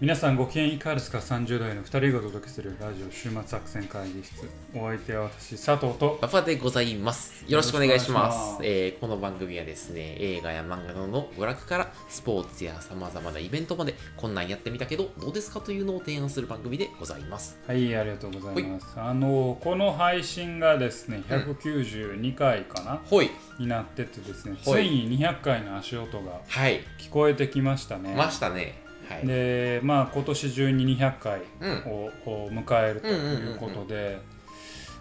皆さんご機嫌いかがですか ?30 代の2人がお届けするラジオ週末作戦会議室。お相手は私、佐藤と、ババでございます。よろしくお願いします。よろしくお願いしますえーこの番組はですね、映画や漫画などの娯楽からスポーツや様々なイベントまで、こんなんやってみたけど、どうですかというのを提案する番組でございます。はい、ありがとうございます。あの、この配信がですね、192回かな、ほい。になっててですね、つはいいに200回の足音がはい。聞こえてきましたね。ましたね。はい。で、まあ、今年中に200回うん。をを迎えるということで、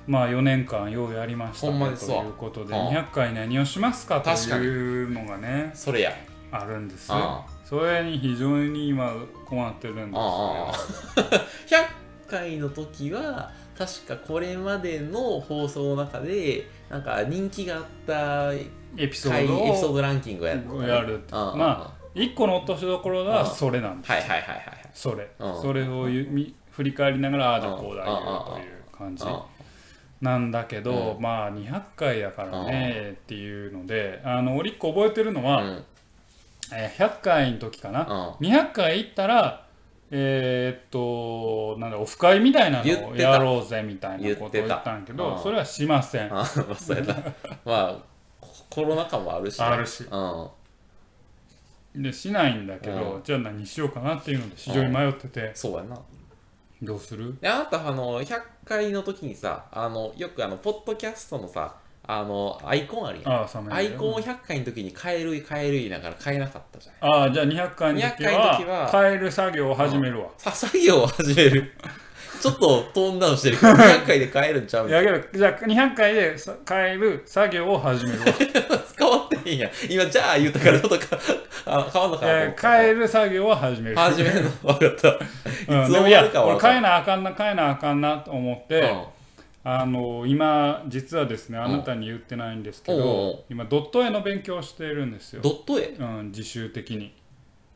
まあ4年間ようやりましたほんまねですとわいうことで、うん200回何をしますかと確かにいうのがね、それや。あるんですあそれに非常に今困ってるんですあああああ。よ 100回の時は、確かこれまでの放送の中で、なんか人気があったエピソ回、エーピドソーをドランキングをやるのねやるああまあ一個の落としどころうがんそれなんですはいはいはいはいはい。それうんそれをゆみ振り返りながらああだこうだうん言うという感じあなんだけどうまあ200回だからねっていうのであの俺一個覚えてるのあ。はん。えー100回の時かなうん。 200回行ったらえーっとなんだオフ会みたいな言のっをてたやろうぜみたいなことを言言ってたったんやけどうんそれはしませんあまあ そうやなまあココロナ禍もあるしね、あるしうんはでしないんだけど、うじゃあ何しようかなっていうので非常に迷ってて、そうやなどうするであなたあの100回の時にさあのよくあのポッドキャストのさあのアイコンあるやんああ寒いアイコンを100回の時に変える変える言いながら変えなかったじゃんああじゃあ200回の時200回のは時変える作業を始めるわ、さ作業を始める ちょっとトーンダウンしてるけど100回で変えるんちゃういのやけどじゃあ200回でさ変える作業を始め るわ、変わってへんやん今じゃあ言ったからちょっとかあ変わんのかなと思えっーた変える作業を始める始めるの分かったうん、いつでもい終わやるか俺分か変えらんなあかんな変えなあかんなと思って、うんあの今実はですねあなたに言ってないんですけおうおどう今ドット絵の勉強をしているんですよド、ット絵うん、自習的に、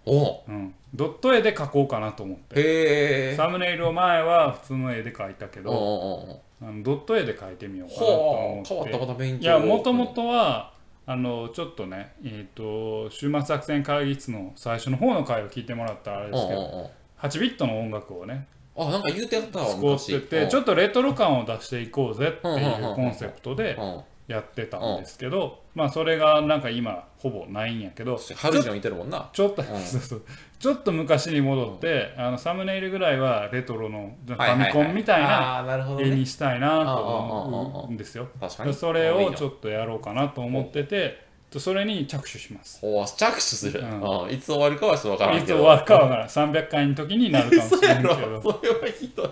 おううん、ドット絵で描こうかなと思ってへえサムネイルを前は普通の絵で描いたけうんうんど、うんうんあのドット絵で描いてみようかなとはあ、変思っわったて。また勉強いや、もともとは、あの、ちょっとね、えっ、と、週末作戦会議室の最初の方の回を聞いてもらったらあれうんでうすけど、んうん8ビットの音楽をね、あ、なんか言うてやったわ、使ってて、ちょっっとレトロ感を出していこうぜっていうコンセプトでと、やってたんですけど、まあ、それがなんか今、ほぼないんやけど、うん。ハルジゃんいてるもんな。ちょっと、うん そうそうちょっと昔に戻って、あのサムネイルぐらいはレトロのフはいァはいはいミコンみたいなああー、なるほど絵ね。にしたいなと思うんですよ。確かに。それをちっょっとやろうかなと思ってて、それに着手します。と。おー着手する。ううんんいつ終わるかはちょっとわからいんつけど。終わるかわからん。300回の時になるかもし嘘れやんけろ、 ど。それはひどい。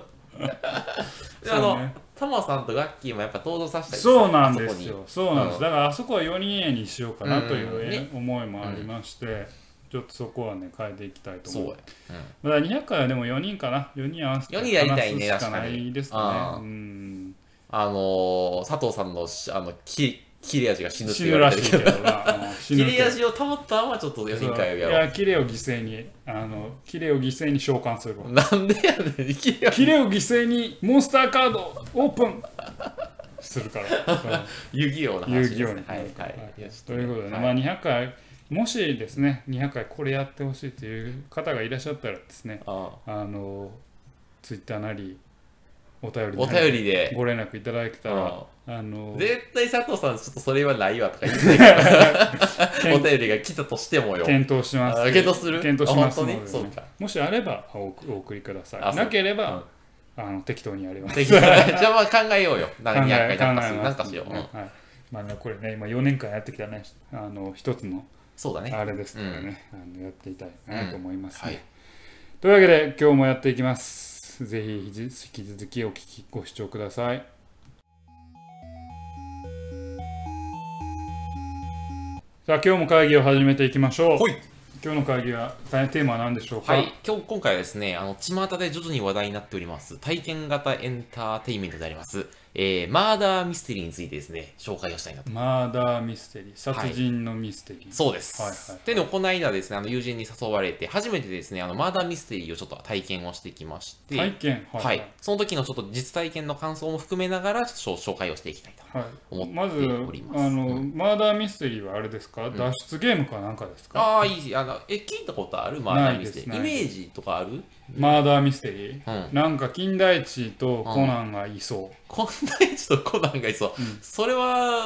であそうのね、タマさんとガッキーもやっぱ登場させたりそうなんですよ。そうなんでうす。んだからあそこは4人絵にしようかなといううんねえ思いもありまして、ちょっとそこはね、変えていきたいあとそこに。思そうう。や。まだ200回はでも4人かな。4人合わせて四人やりたいね話すしかないですか確かね。にうんあのー、佐藤さんのし、あの、き切れ味が死ぬって死言ぬらわれしているけけど。 どな。うん死切ぬけれど味を保ったままちょっと4人会をやいろう。や、キレを犠牲に、あの、キレを犠牲に召喚するわ。なんでやねん、切れ味キレを犠牲にモンスターカードオープンす るから、遊戯王の遊話です、ね。戯王に。はいはい。いやということでね、はいまあ200回、もしですね、200回これやってほしいという方がいらっしゃったらですね、ああの、ツイッターなり、お便りおな便りで、ご連絡いただけたら、あの、絶対佐藤さん、ちょっとそれはないわとか言ってないから、 検お便りが来たとしてもよ。検討します。あ検討する検討しますのであね本当にそうか。もしあればおお送りくださあい。そうなければ、あの適当にやります。できないじゃあまあ考えようよ。考何え百回考えなんまかすするなんかしよう。うんはいまあね、これね今4年間やってきたねあの一つのそうだね。あれですからね、あのやっていたいなと思います、ねはいというわけで今日もやっていきますぜひ引き続きお聞きご視聴くださいさあ今日も会議を始めていきましょうほい今日の会議は大テーマは何でしょうか、はい、今日今回はですね、あの巷で徐々に話題になっております、体験型エンターテインメントであります、えーマーダーミステリーについてですね、紹介をしたいなと。マーダーミステリー殺人のミステリー、そうです。はいはいはいっていうのをこの間ですね、あの友人に誘われて、初めてですね、あのマーダーミステリーをちょっと体験をしてきまして、体験ははい、その時のちょっと実体験の感想も含めながら、ちょっと紹介をしていきたいと。はい、思ってまずおりますあの、マーダーミステリーはあれですか、脱出ゲームかなんかですかああ、いいあの、え、聞いたことあるマーダーミステリー。イないですメージとかあるマーダーミステリー、うなんか金田一とコナンがいそこんなちょっとコナンがいそう。それは、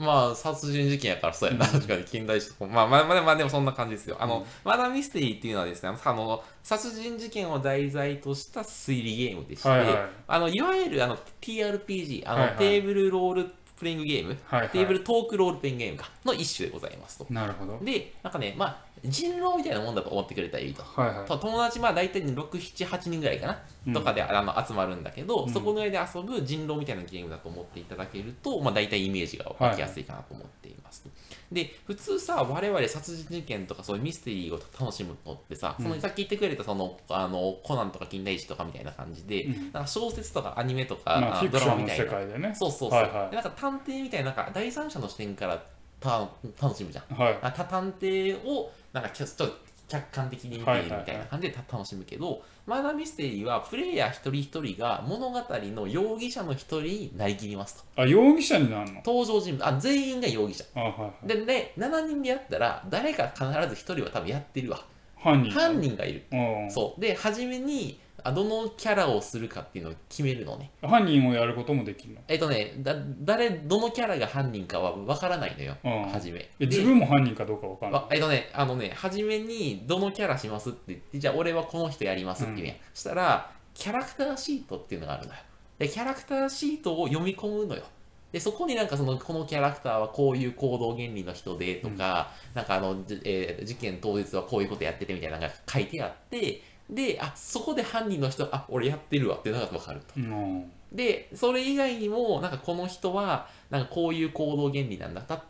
まあ、殺人事件やからそうやな。確かに、近代史とかまあまあまあ、まあ、でもそんな感じですよ。あの、マーダーミステリーっていうのはですね、あの、殺人事件を題材とした推理ゲームでして、はいはいあの、いわゆる、あの、TRPG、あの、はいはいテーブルロールプレイングゲーム、はいはいテーブルトークロールプレイングゲームか、の一種でございますと。うなるほどで、なんかね、まあ、人狼みたいなもんだと思ってくれたらいいと。はいはいと友達まあ大体678人ぐらいかな、うんとかであの集まるんだけど、うんそこの上で遊ぶ人狼みたいなゲームだと思っていただけると、まあ、大体イメージが湧きやすいかなと思っています、で普通さ我々殺人事件とかそういうミステリーを楽しむのってさ、そのさっき言ってくれたそのあのコナンとか金田一とかみたいな感じで、うんなんか小説とかアニメとか、まあフィドクシラマョンみのたい世な界でねそうそうそう、はいはでなんか探偵みたいななんか第三者の視点からた楽しむじゃんいはいあ他探偵をなんかちょちょっと客観的に見ているみたいな感じでた楽しむけど、マナミステリーはプレイヤー一人一人が物語の容疑者の一人になりきりますあ容疑者になるのと登場人物あ全員が容疑者あはいはいでで7人でやったら誰か必ず一人は多分やってるわ犯人犯人がいるうんそうで初めにあどのキャラをするかっていうのを決めるのね犯人をやることもできるのえっとねだ誰どのキャラが犯人かは分からないのようん初めえで自分も犯人かどうかわかんないわえっとね、あのね、初めにどのキャラしますって言って、じゃあ俺はこの人やりますって言うやん。そしたら、キャラクターシートっていうのがあるのよ。で、キャラクターシートを読み込むのよ。で、そこになんかその、このキャラクターはこういう行動原理の人でとか、なんかあの、じえー事件当日はこういうことやっててみたいなのが書いてあって、で、あ、そこで犯人の人、あ、俺やってるわっていうのがわかると。うんでそれ以外にもなんかこの人はなんかこういう行動原理なんだた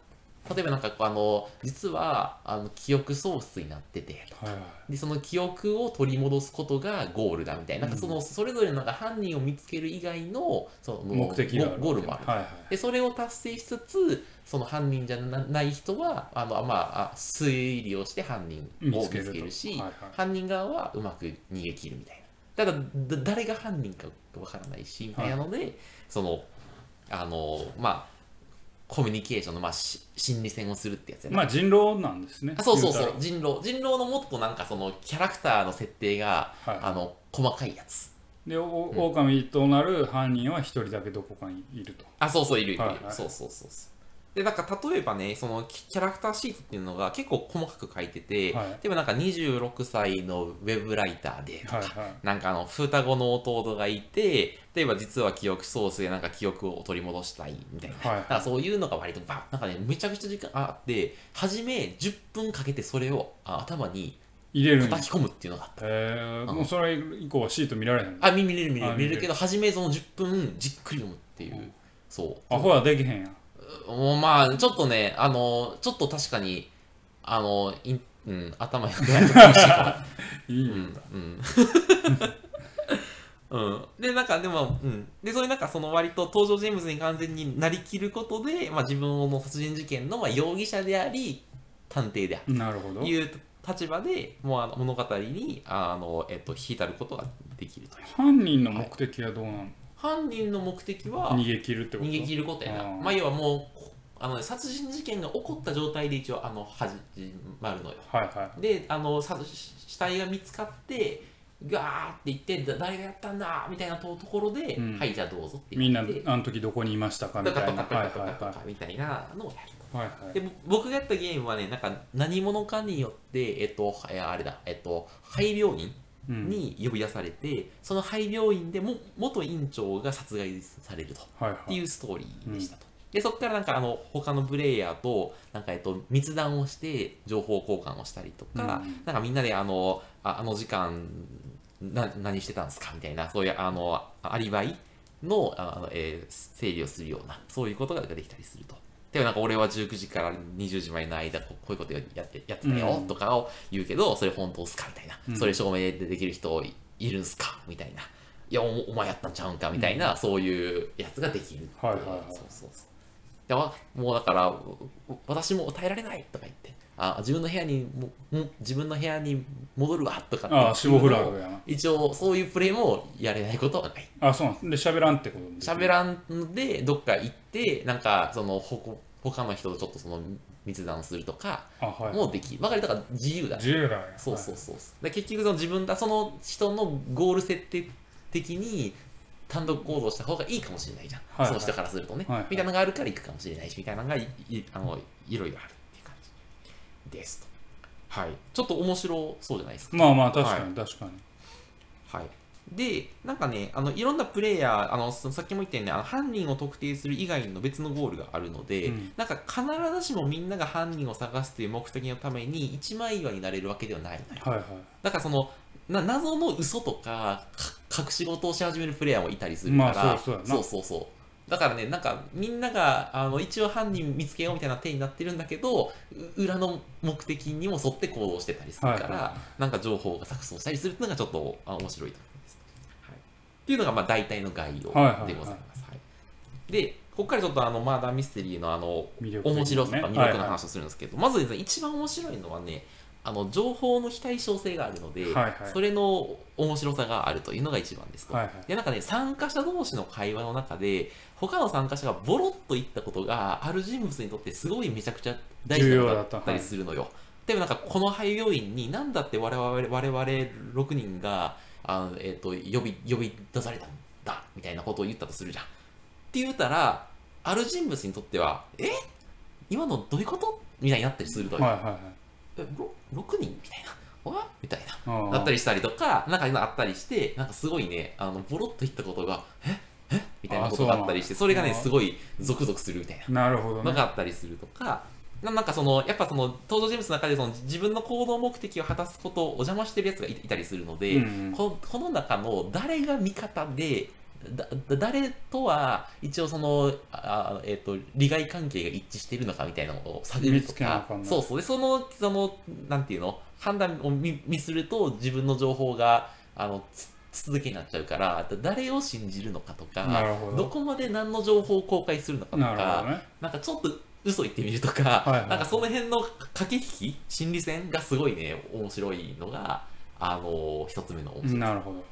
例えばなんかあの実はあの記憶喪失になっててはいはいでその記憶を取り戻すことがゴールだみたいななんかそのそれぞれのなんか犯人を見つける以外のその目的があるゴゴールもあるはいはいでそれを達成しつつその犯人じゃなない人はあの、まああ、推理をして犯人を見見つつけけるとるしはいはい犯人側はうまく逃げ切るみたいなただだ誰が犯人かわからないしみたいなので、そのあのまあコミュニケーションの、まあ、し心理戦をするってやつやなまあ人狼なんですねあそうそうそ言う人狼人狼のもっとなんかそのキャラクターの設定が、はいあの細かいやつでお狼となる犯人は一人だけどこかにいるとあ、そうそう、いるいるいる。はいはいそうそうそうそう。で、なんか例えばね、そのキキャラクターシートっていうのが結構細かく書いてて、はいでもなんか26歳のウェブライターで、はいはいなんかあの双子の弟がいて、例えば実は記憶喪失でなんか記憶を取り戻したいみたいな、はいはいなんかそういうのが割とバンなんかね、めちゃくちゃ時間あって、初め10分かけてそれをあ頭に入れるんや叩き込むっていうのがあった。えー、もうそれ以降はシート見られへんのあ、見見れる見れるあ見見れるれるけど、初めその10分じっくり読むっていう、そう。アホはできへんやんもうまあ、ちょっとね、あの、ちょっと確かに、あの、いんうん、頭良くないと厳しいかいい も。うんん。うん。 うん、で、なんか、でも、うん。で、そういうなんか、その割と登場人物に完全になりきることで、まあ自分の殺人事件の、まあ、容疑者であり、探偵である。なるほどいう立場で、もうあの物語に、あの、えっと、浸ることができるという。犯人の目的はどうなの、犯人の目的は、逃げ切るってこと逃げ切ることやな、あーまあ要はもうこあのね、殺人事件が起こった状態で一応あの始まるのよはいはいであの殺死体が見つかってガーって言ってだ誰がやったんだみたいなとところで、うんはいじゃあどうぞってみん言なってあの時どこにいましたかみとかたといなかはいとかはいとかとはかみたいなのをやるいはいはいでぼ僕がやったゲームはねなんか何者かによってえっとはえあれだえっと廃病院うんに呼び出されて、その廃病院でも元院長が殺害されるとはいはっていいうストーリーでしたと。でそこからなんかあの他のプレイヤーとなんかえっと密談をして情報交換をしたりとか、うんなんかみんなであのああの時間な何してたんですかみたいなそういうあのアリバイのああの、えー整理をするようなそういうことができたりすると。でもなんか俺は19時から20時までの間ここういうことやってやってたようんとかを言うけど、それ本当っすかみたいな、うんそれ証明でできる人いいるんすかみたいないやおお前やったんちゃうんかみたいな、そういうやつができるってうはいはいはいそうそうそうでわもうだからう私も耐えられないとか言ってあ自分の部屋にもも自分の部屋に戻るわとかってああ死亡フラグやな一応そういうプレイもやれないことはないあそうなんで喋らんってことで喋らんでどっか行ってなんかそのほこ他の人とちょっとその密談するとかあはいもできるわかるだから自由だ自由だねそうそううそうそうで結局その自分だその人のゴール設定的に単独行動した方がいいかもしれないじゃん、はいはいその人からするとね、はいはいみたいなのがあるから行くかもしれないしみたいなのがいいあのいろいろあるっていう感じですとはいちょっと面白そうじゃないですかまあまあ確かに、確かにはい、で、なんかね、あのいろんなプレイヤー、あのささっきも言ったように、あの犯人を特定する以外の別のゴールがあるので、うんなんか必ずしもみんなが犯人を探すという目的のために、一枚岩になれるわけではないのよはいはいだからそのな謎の嘘とかか隠し事をし始めるプレイヤーもいたりするかまら、あそうそうやなそうそうそうだからねなんかみんながあの一応犯人見つけようみたいな手になってるんだけどう裏の目的にも沿って行動してたりするかはら、いはいはなんか情報が錯綜したりするっていうのがちょっとあ面白いと思います、はい、っていうのがまあ大体の概要でございます、はいはいはいはいでここからちょっとあのマーダーミステリーのあの魅力的にね面白さとか魅はいは力いの話をするんですけど、まずですね一番面白いのはねあの情報の非対称性があるので、はいはいそれの面白さがあるというのが一番ですと、はいはいでなんかね参加者同士の会話の中で他の参加者がボロッと言ったことがある人物にとってすごいめちゃくちゃ大事なことだったりするのよ、でもなんかこの廃病院に何だって我々我々6人があの、えー、と呼び呼び出されたんだみたいなことを言ったとするじゃんって言ったらある人物にとってはえ今のどういうことみたいになったりするとよ、はいはいはいえろ6人みたいなわみたいなああだったりしたりとか、なんか今あったりして、なんかすごいね、あのボロッと言ったことが、ええみたいなことがあったりして、あそそうれなんだがね、うんすごいゾクゾクするみたいななるほどのねがあったりするとか、ななんかその、やっぱその登場人物の中でその自分の行動目的を果たすことをお邪魔してるやつがいいたりするので、うんうんここの中の誰が味方で、だだ誰とは一応そのあ、えっと利害関係が一致しているのかみたいなのを探る見とつけなあかかんなそうそうでそのそのなんていうの判断を見見すると自分の情報があのつ続けになっちゃうからだ誰を信じるのかとなかるほどこまで何の情報を公開するのかとなかるほどねなんかちょっと嘘言ってみるとか、いはいなんかその辺の駆け引き心理戦がすごいね面白いのがあの一つ目の面白さなるほど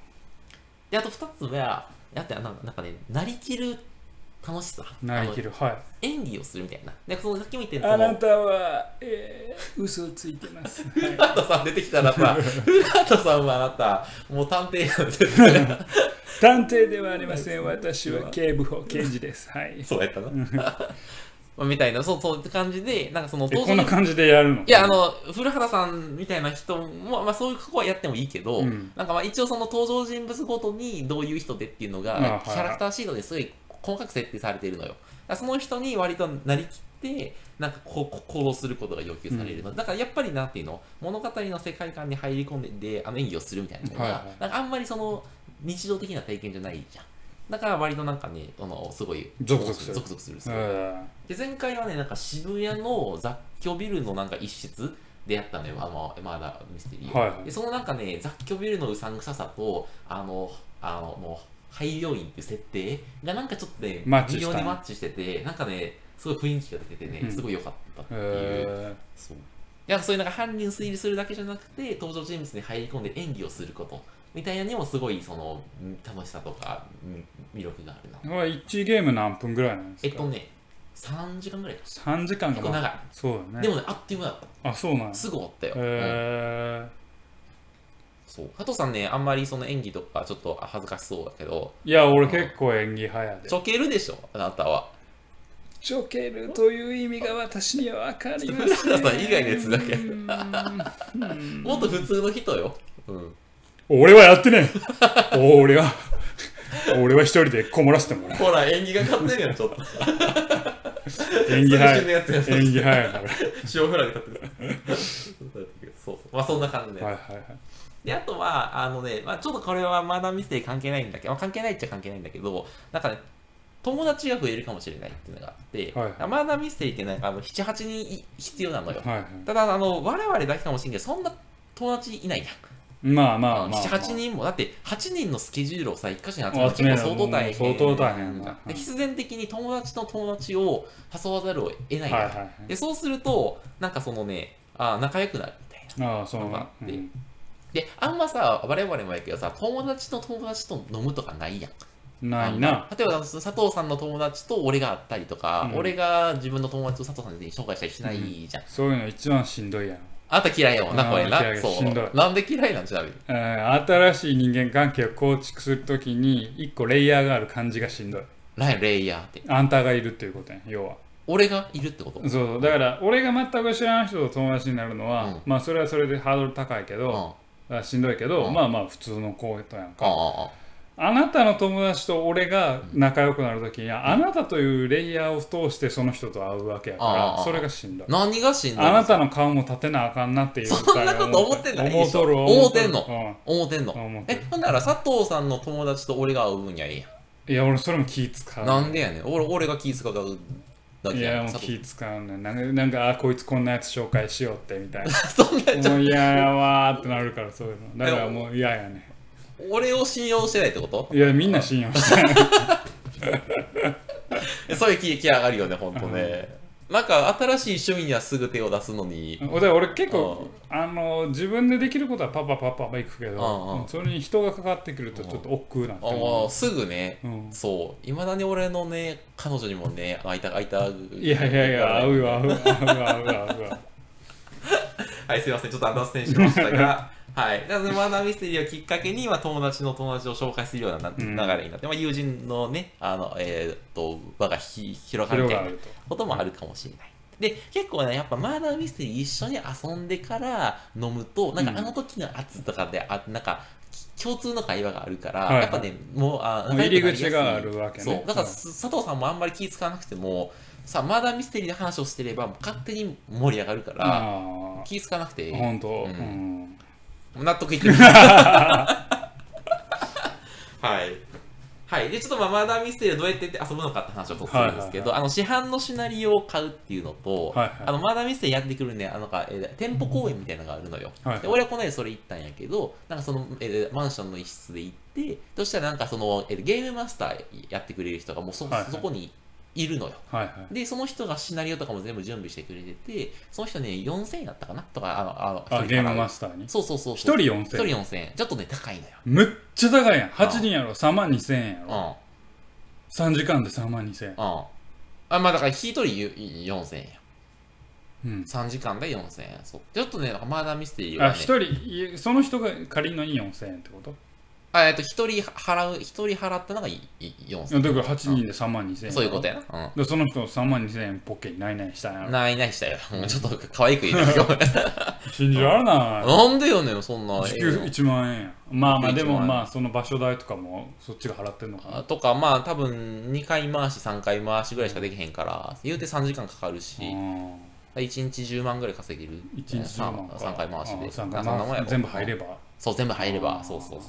であと二つ目はやってなんかなんかねなりきる楽しさなりきるるはい演技をするみたいなでそのさっきも言ったよあうになそのたは、えー、嘘をついて ます。はい古畑さん出てきた らさ古畑さんはあなたもう探偵なんですね 探偵ではありません。私は警部補刑事です。はい。そうやったなまあみたいなそうそうって感じでなんかそのえ登こんな場感じでやるのいやあの古畑さんみたいな人も、まあ、そういう過去はやってもいいけど、うんなんかまあ一応その登場人物ごとにどういう人でっていうのあはいはがいキャラクターシートですごい細かく設定されているのよだからその人に割となりきってなんかこうこ行動することが要求されるの、だからやっぱりなんていうの物語の世界観に入り込んでであの演技をするみたいなのが、はいはいなんかあんまりその日常的な体験じゃないじゃんだから割となんかねあのすごいゾクゾクするゾクゾクするうんはで前回はねなんか渋谷の雑居ビルのなんか一室でやったのよあのまだミステリーを、はいはいでそのなんかね雑居ビルのうさんくささとあのあのもう廃病院っていう設定がなんかちょっとねマッチ微した妙にマッチしててなんかねすごい雰囲気が出ててね、うんすごい良かったっていう、えそういやそういうなんか犯人推理するだけじゃなくて登場人物に入り込んで演技をすることみたいなのにもすごいそのうん楽しさとかうん魅力があるー、なこれ1ゲーム何分ぐらいなんですかえっとね3時間ぐらいか3時間結構か長ないそうだでね。もね、あっという間だっあ、そうなんやた。すぐ終わったよ。うんえそう加藤さんね、あんまりその演技とかちょっと恥ずかしそうだけど、ー、いや、俺結構演技派やでち。ょけるでしょ、あなたは。ちょけるという意味が私には分かりまちょっと古畑さん以外のやつだけうーんもっと普通の人よ。うん。俺はやってねえ。俺は、俺は一人でこもらせてもらう。ほら、演技が勝ってるやん、ちょっと。 演技最新のやつや派な演技派やから。塩フラグ立ってる。そうそう。まあ、そんな感じで。はいはいはい。で、あとは、あのね、まあ、ちょっとこれはマダーミステリー関係ないんだけど、まあ、関係ないっちゃ関係ないんだけど、なんかね、友達が増えるかもしれないっていうのがあって、はいはマダーミステリーってなんかあの7、8人い必要なのよ。はいはい。ただあの我々だけかもしれんけどそんな友達いないじゃんまあまあまあ、まあ、 7、8人も、だって8人のスケジュールをさ、1箇所に集めるって結構相当大変。相当大変だで必然的に友達の友達を誘わざるを得ないはいはいはいで、そうすると、なんかそのね、あー仲良くなるみたいな。ああそうまあまあうんで、あんまさ、我々もやけどさ、友達と友達と飲むとかないやん。ないな例えば、佐藤さんの友達と俺が会ったりとか、うん俺が自分の友達と佐藤さんに紹介したりしないじゃん。そういうの一番しんどいやん、あんた嫌いやもんな、うんこれな嫌い。やそ。しんどいうなんで嫌いなんちなみに。えー新しい人間関係を構築するときに一個レイヤーがある感じがしんどいライン、レイヤーって。あんたがいるっていうことやん要は俺がいるってことそうそうだから俺が全く知らん人と友達になるのは、うんまあそれはそれでハードル高いけうん。ど、ああしんどいけど、うんまあまあ普通の子やんか、あ。あなたの友達と俺が仲良くなるときに、あなたというレイヤーを通してその人と会うわけやかあら、ーそれがしんどい。何がしんどいあなたの顔も立てなあかんなっていうそそんなこと思ってないでしょ思うとる思うてんの思う思ってんとるうんの思うてるえほんなら佐藤さんの友達と俺が会う分にはいいいや俺それも気使やうんなんでやねん俺俺が気使うだけいややんもう佐藤気使うねなんかなんかあこいつこんなやつ紹介しようってみたい そんななもう嫌やわーってなるからそういうのだからもう嫌やね俺を信用してないってこといやみんな信用してないえそういう気気上がるよねほんとねなんか新しい趣味にはすぐ手を出すのに だから俺結構あの自分でできることはパパパパパ行くけうんうどんそれに人がかかってくるとちょっと億劫なんてあもうすぐねうんそういまだに俺のね彼女にもね会いた会いたいやいやいや合うよ合うよ合うよ合うよ合うよはい、すいません、ちょっと脱線しまし たが、はい。なので、マナーミステリーをきっかけに、まあ、友達の友達を紹介するようなな流れんになって、まあ、友人のね、あの、えーっと、輪がひ広がるみ広がたいなるとこともあるかもしれない。で、結構ね、やっぱマナーミステリー一緒に遊んでから飲むと、なんかうんあの時の圧とかで、あなんか、き共通の会話があるから、はいはいやっぱね、もう、あもう仲良くな入り口があるわけねそう。だから、うんす佐藤さんもあんまり気使わなくても、さ、マナーミステリーの話をしてれば、勝手に盛り上がるから、あ気ぃつかなくていいあ本当うんうん納得 いってるはいはいでちょっとまあマーダーミステリーをどうやって遊ぶのかって話をちょっとするんですけど、あの市販のシナリオを買うっていうのと、はいはいあのマーダーミステリーやってくるねあのなんか、えー店舗公演みたいなのがあるのよ、はいはいで俺はこの間それ行ったんやけどなんかその、えーマンションの一室で行ってそしたらなんかその、えーゲームマスターやってくれる人がもうそ,、はいはいそこにいるのよはいはいで、その人がシナリオとかも全部準備してくれてて、その人ね、4000円だったかなとか、あの、あの、あ一人ゲー払うムマスターにそうそうそう一そう。人一4000人4000円。ちょっとね、高いのよ。むっちゃ高いやん8人やろ3万2000円やうん。うろん。 3時間で3万2000円あ、まあだから、一人ゆ4000円や。うん3時間で4000円。そう。ちょっとね、マーダーミステリーは、あね。一人いその人が仮のに4000円ってことあ、えっと、一人払う、一人払ったのがいい4000だから8人で3万2000円円。そういうことやな。うん。でその人3万2000円ポッケにないないしたんやろないないしたよ。もうちょっと可愛く言いなよ。 信じられないなんでよね、そんな。時給1万円やまあまあ時給で1も万円まあその場所代とかもそっちが払ってんのかなとか、まあ、多分2回回し、3回回しぐらいしかできへんから、言うて3時間かかるし、うん1日10万ぐらい稼げる。 1日10万か3回回しで。 3あそんなも回んやろ回全部入ればそう、全部入れあーば、そうそうそう。っ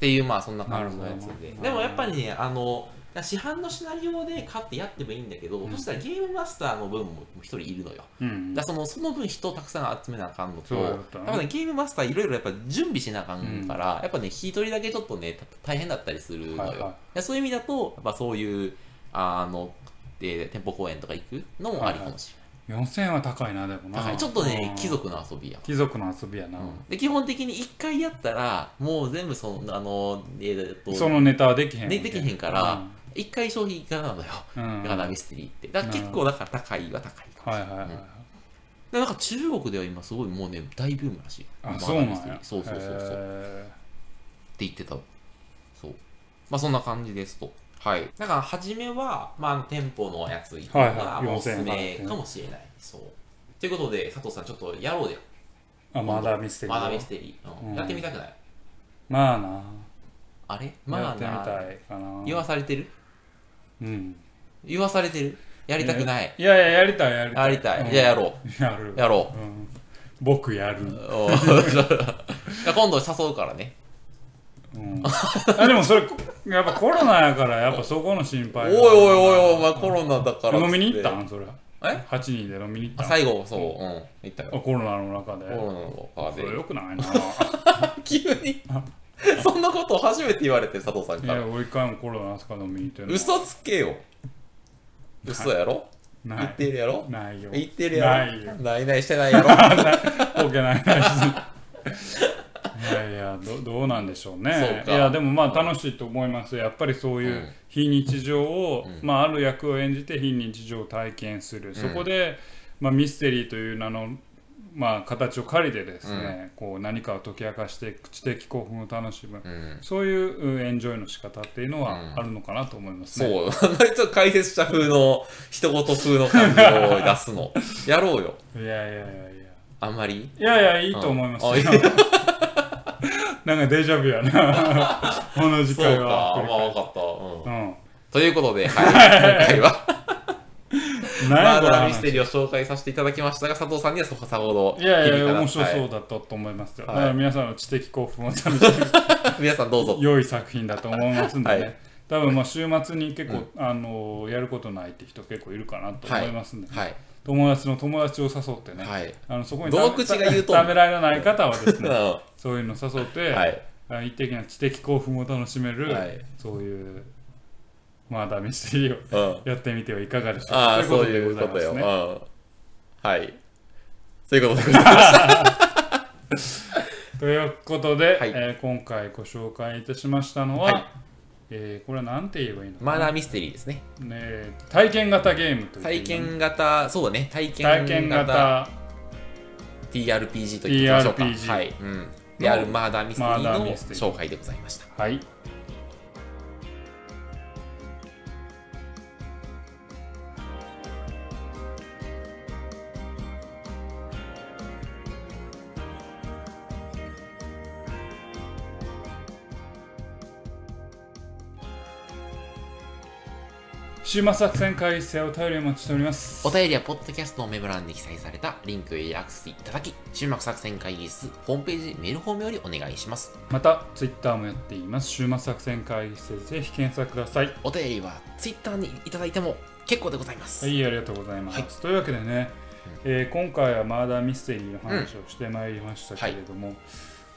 ていう、まあ、そんな感じのやつなるほでど。なでもやっぱりね、あの、市販のシナリオで買ってやってもいいんだけど、んそしたらゲームマスターの分も一人いるのよ。だかうんらそのその分人をたくさん集めなあかんのと、そうややっったなぱね、ゲームマスターいろいろやっぱ準備しなあかんから、やっぱね、一人だけちょっとね、た大変だったりするのよ。はいはいでそういう意味だと、やっぱそういう、あの、で店舗公演とか行くのもありかもし4000円は高いなでもれな。ないだからちょっとねう、ん貴族の遊びや貴族の遊びやな、で基本的に1回やったらもう全部そのあのえーっとそのネタはできへんわけでできへんから、一1回消費がなのよ、うんうんだからミステリーってだから結構だから高いは高いかもしはいはれいなはいい、うんでなんか中国では今すごいもうね大ブームらしいあそうなんミやステリーそうそうそうそうってへ言ってたそうまあそんな感じですとはいだから初めは、まああの、店舗のやつ行くのはいがはいまあおす4000す円めかもしれないそうということで佐藤さんちょっとやろうよーあまだミステリーマナーミステリー、うんうんやってみたくないまあなあれやマってみナーたいかな言わされてるうん言わされてるやりたくないいやいややりたいやりたやいりたうんいじゃあやろやるうやろうん僕や るうおー いや今度誘うからねうんあでもそれやっぱコロナやからやっぱそこの心おい配おいおいおいお前コロナだからっつって飲みに行ったんそれえ8人で飲みに行あったの最後、そう、うん、行ったよ。あコロナの中でコロナの川そでれ。よくないな急に そんなことを初めて言われて佐藤さんいからや俺一回もコロナとか飲みに行ってない嘘つけよ嘘やろな言っいてるやろないよ言ってるやないよろないないしてないや ろボケないないし いやいやどどうなんでしょうねそういかやでもまあ楽しいと思いますやっぱりそういううん非日常を、んまあ、ある役を演じて非日常を体験する、そこで、まあ、ミステリーという名の、まあ、形を借りてですね、こう何かを解き明かしていく知的興奮を楽しむ、うんそういううんエンジョイの仕方っていうのはうんあるのかなと思いますそね。う、 あんまりちょっと解説者風の、一言風の感じを出 すの。やろうよ。いやいやいやいやあんまりいやいや、いいと思いますようんあ なんかデジャブやな。 この時そう間か、は。まあわかった。うんうん。ということ で、はい、今回は、マ何ーやこれダーミス話。テリーを紹介させていただきましたが、佐藤さんにはそこさほどいやい響や、かな面白はそいうだったと思いますよ。はだいから皆さんの知的興奮を楽しむ皆さんどうぞ。良い作品だと思いますんではいね。多分まあ週末に結構、あのやることないって人結構いるかなと思いますんで、はい。友達の友達を誘ってね、はい。あのそこにどの口が言うとんためられない方はですうんね、そういうの誘って、はい。あ一的な知的興奮を楽しめる、はいそういうまだミステリーをうん。やってみてはいかがでしょうかああ、そういうことでよ。ごうざんいま。はい。そういうことでございます。すねということで、はいえー今回ご紹介いたしましたのは、はいえーこれは何て言えばいいのかなマナーミステリーですね。ね体験型ゲームという体験型、そうだね。体験型体験型 TRPG と言ってみましょうか。 TRPG はい。うん。であるマーダーミステリーマーダーのミステリー紹介でございました。はい週末作戦会議室へお便りをお待ちしておりますお便りはポッドキャストのメモ欄に記載されたリンクへアクセスいただき、終幕作戦会議室ホームページメールフォームよりお願いします。またツイッターもやっています週末作戦会議室でぜひ検索くださいお便りは Twitter にいただいても結構でございます。はい、ありがとうございます。はいというわけでね、えー今回はマーダーミステリーの話をしてまいりましたけれども、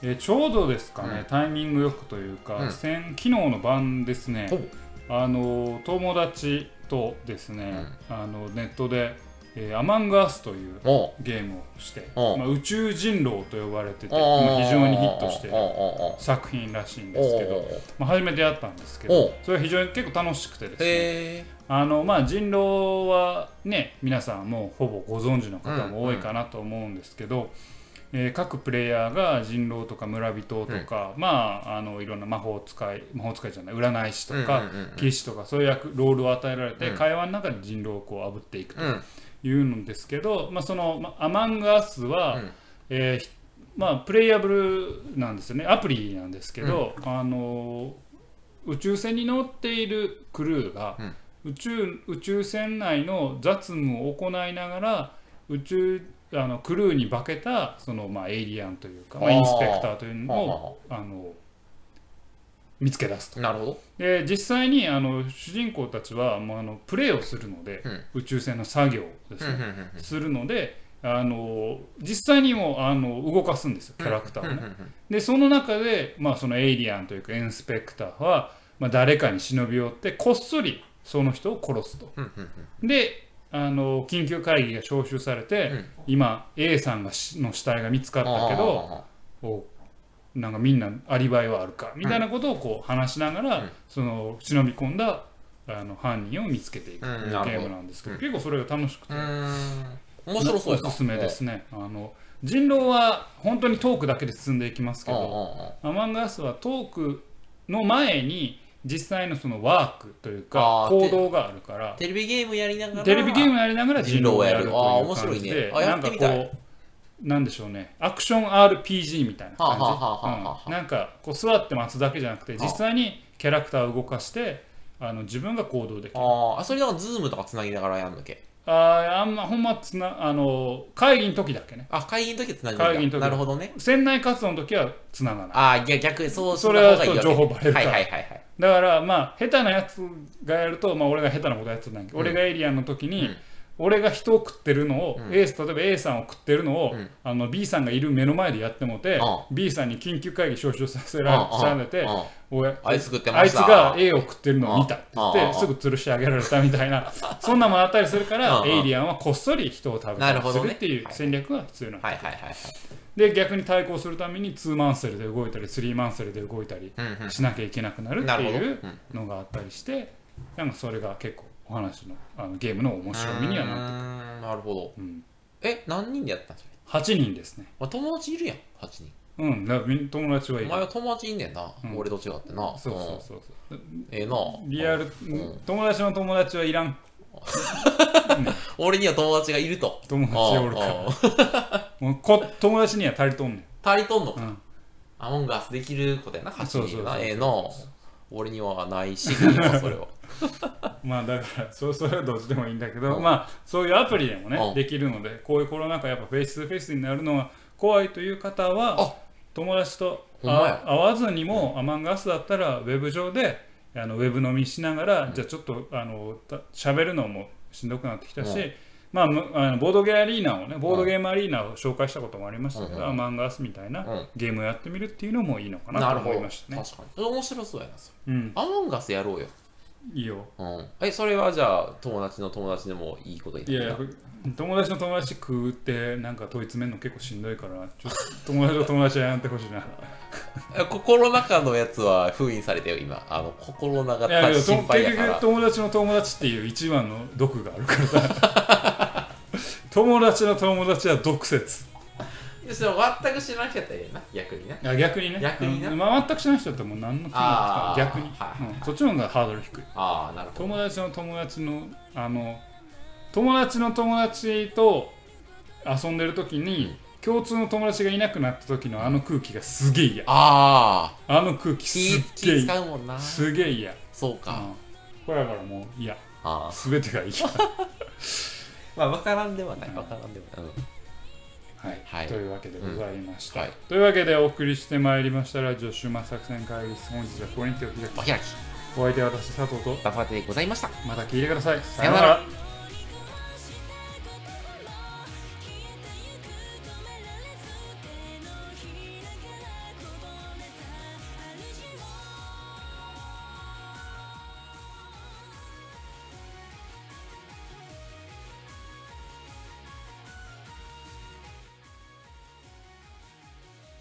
えーちょうどですかね、うんタイミングよくというか、うん先昨日の晩ですねほう、あの友達とですね、あのネットで、えーアマングアスというもゲームをして、おうまあ、宇宙人狼と呼ばれてて、う、まあ非常にヒットしていおうるお作品らしいんうおうですけおうおうど、おうまあ、初めてやったんですけおうど、それは非常に結構楽しくてですね。へあのまあ、人狼はね皆さんもうほぼご存知の方も多いかなと思うんですけど、えー各プレイヤーが人狼とか村人とか、まああのいろんな魔法使い魔法使いじゃない占い師とか、うんうんうんうん騎士とかそういう役ロールを与えられて、うん会話の中で人狼をこう炙っていくえ。うん。というんですけど、まあ、そのまあアマングアスは、うんえーひまあ、プレイヤブルなんですよねアプリなんですけど、あのー宇宙船に乗っているクルーが、宇宙宇宙船内の雑務を行いながら宇宙あのクルーに化けたその、まあ、エイリアンというか、まあ、あーインスペクターというのをほうほあの見つけ出すとうなるほど。で実際にあの主人公たちはもうあのプレイをするので、うん宇宙船の作業をですうね、んうんうんうんするのであの実際にもあの動かすんですよキャラクターをね。でその中で、まあ、そのエイリアンというかインスペクターは、まあ、誰かに忍び寄ってこっそりその人を殺すと。うんうんうんであの緊急会議が招集されて、うん今 A さんがしの死体が見つかあったけどー、おなんかみんなアリバイはあるかみたいなことをこう話しながら、うんその忍び込んだあの犯人を見つけていくといううんゲなるほどームなんですけど、うん結構それが楽しくてう。ーん。面白そうやなおすすめで。すねあの人狼は本当にトークだけで進んでいきますうけんうんどアマンガスはトークの前に実際のそのワークというかあ行ー動があるからうんテレビゲームやりながら。テレビゲームやりながら人狼をやると人狼をやいるう感じであー面白いねあやなっんてかみたいこうなんでしょうねアクション RPG みたいなはあはあはあはあは感あじうんなんかこう座って待つだけじゃなくて実際にキャラクターを動かしてあの自分が行動できるあーあ、それなんかズームとかつなぎながらやるのけ。あーあんまほんまつなあの会議の時だけねあ、会議の時はつなぎながら。会議の時なるほどね。船内活動の時はつながないああ、逆、逆、そう、それはんな方がいいわちけょっと情報バレるからはいはいはいはい。だからまあ下手なやつがやると、まあ、俺が下手なことやってたんだけど、うん俺がエイリアンの時に、うん俺が人を食ってるのを、うん A 例えば A さんを食ってるのを、うんあの B さんがいる目の前でやってもて、あ B さんに緊急会議招集させらあされて、あおやあいつ食ってあまいしつたが A を食ってるのを見たって言っああてすぐ吊るし上げられたみたい なそんなもんあったりするかあらあエイリアンはこっそり人を食べたなるりほすどるねっていう戦略が必要なのはいはいはいはいで逆に対抗するために2マンセルで動いたり3マンセルで動いたりうんしなきゃいけなくなうるんっなてるほどいううんのがあったりしてなんかそれが結構お話のあのゲームの面白みにはなる、うーんなるほどうん、え何人でやったんそれ8人ですねまあ友達いるやん8人うんだからみん友達はおいる前は友達いんねんな、うん俺と違ってなそうそうそうそううんええなリアルうん友達の友達はいらん俺には友達がいると友達おるからあもうこ友達には足りとんねんあ足りとんのか、うんアモンガスできることやな8人そうなそうそうええな俺にはないし君はそれはまあだからそうそれはどっちでもいいんだけうどんまあそういうアプリでもうねんできるのでこういうコロナ禍やっぱフェイス2フェイスになるのは怖いという方はあ友達とほんまあや会わずにもアマンガスだったらウェブ上であのウェブ飲みしながらじゃあちょっとあのた喋るのもしんどくなってきたしうまあむあのボードゲームアリーナをねボードゲームアリーナを紹介したこともありましたけうんどアマンガスみたいなうんゲームをやってみるっていうのもいいのかななとるほ思どい確ましたね。かに面白そうやなそれうんアモンガスやろうよ、いいようん、えそれはじゃあ友達の友達でもいいことにいなやるいや友達の友達食うってなんか問い詰めるの結構しんどいからちょっと友達の友達はやってほしい なえ心の中のやつは封印されてよ今あの心の中いやいがやと心結配やから局友達の友達っていう一番の毒があるからさ 友達の友達は毒説でそれ全く知らなきゃったらええな逆になあ逆にね逆になうんまあ、全くしない人だってもう何の気もつかあーない逆に、はいうんそっちの方がハードル低いああなるほど友達の友達のあの友達の友達と遊んでる時に共通の友達がいなくなった時のあの空気がすげえ嫌あああの空気すっ気げえ嫌気使うもんなすげえ嫌うんそうか、これだからもう嫌ああ全てが 嫌まあ分からんではない分からんではない、うんはい、はいというわけでございました、うんはいというわけでお送りしてまいりましたラジオ終末作戦会議室本日はここに手を開きお開きお相手は私佐藤とダファテでございましたまた聞いてくださいささようなら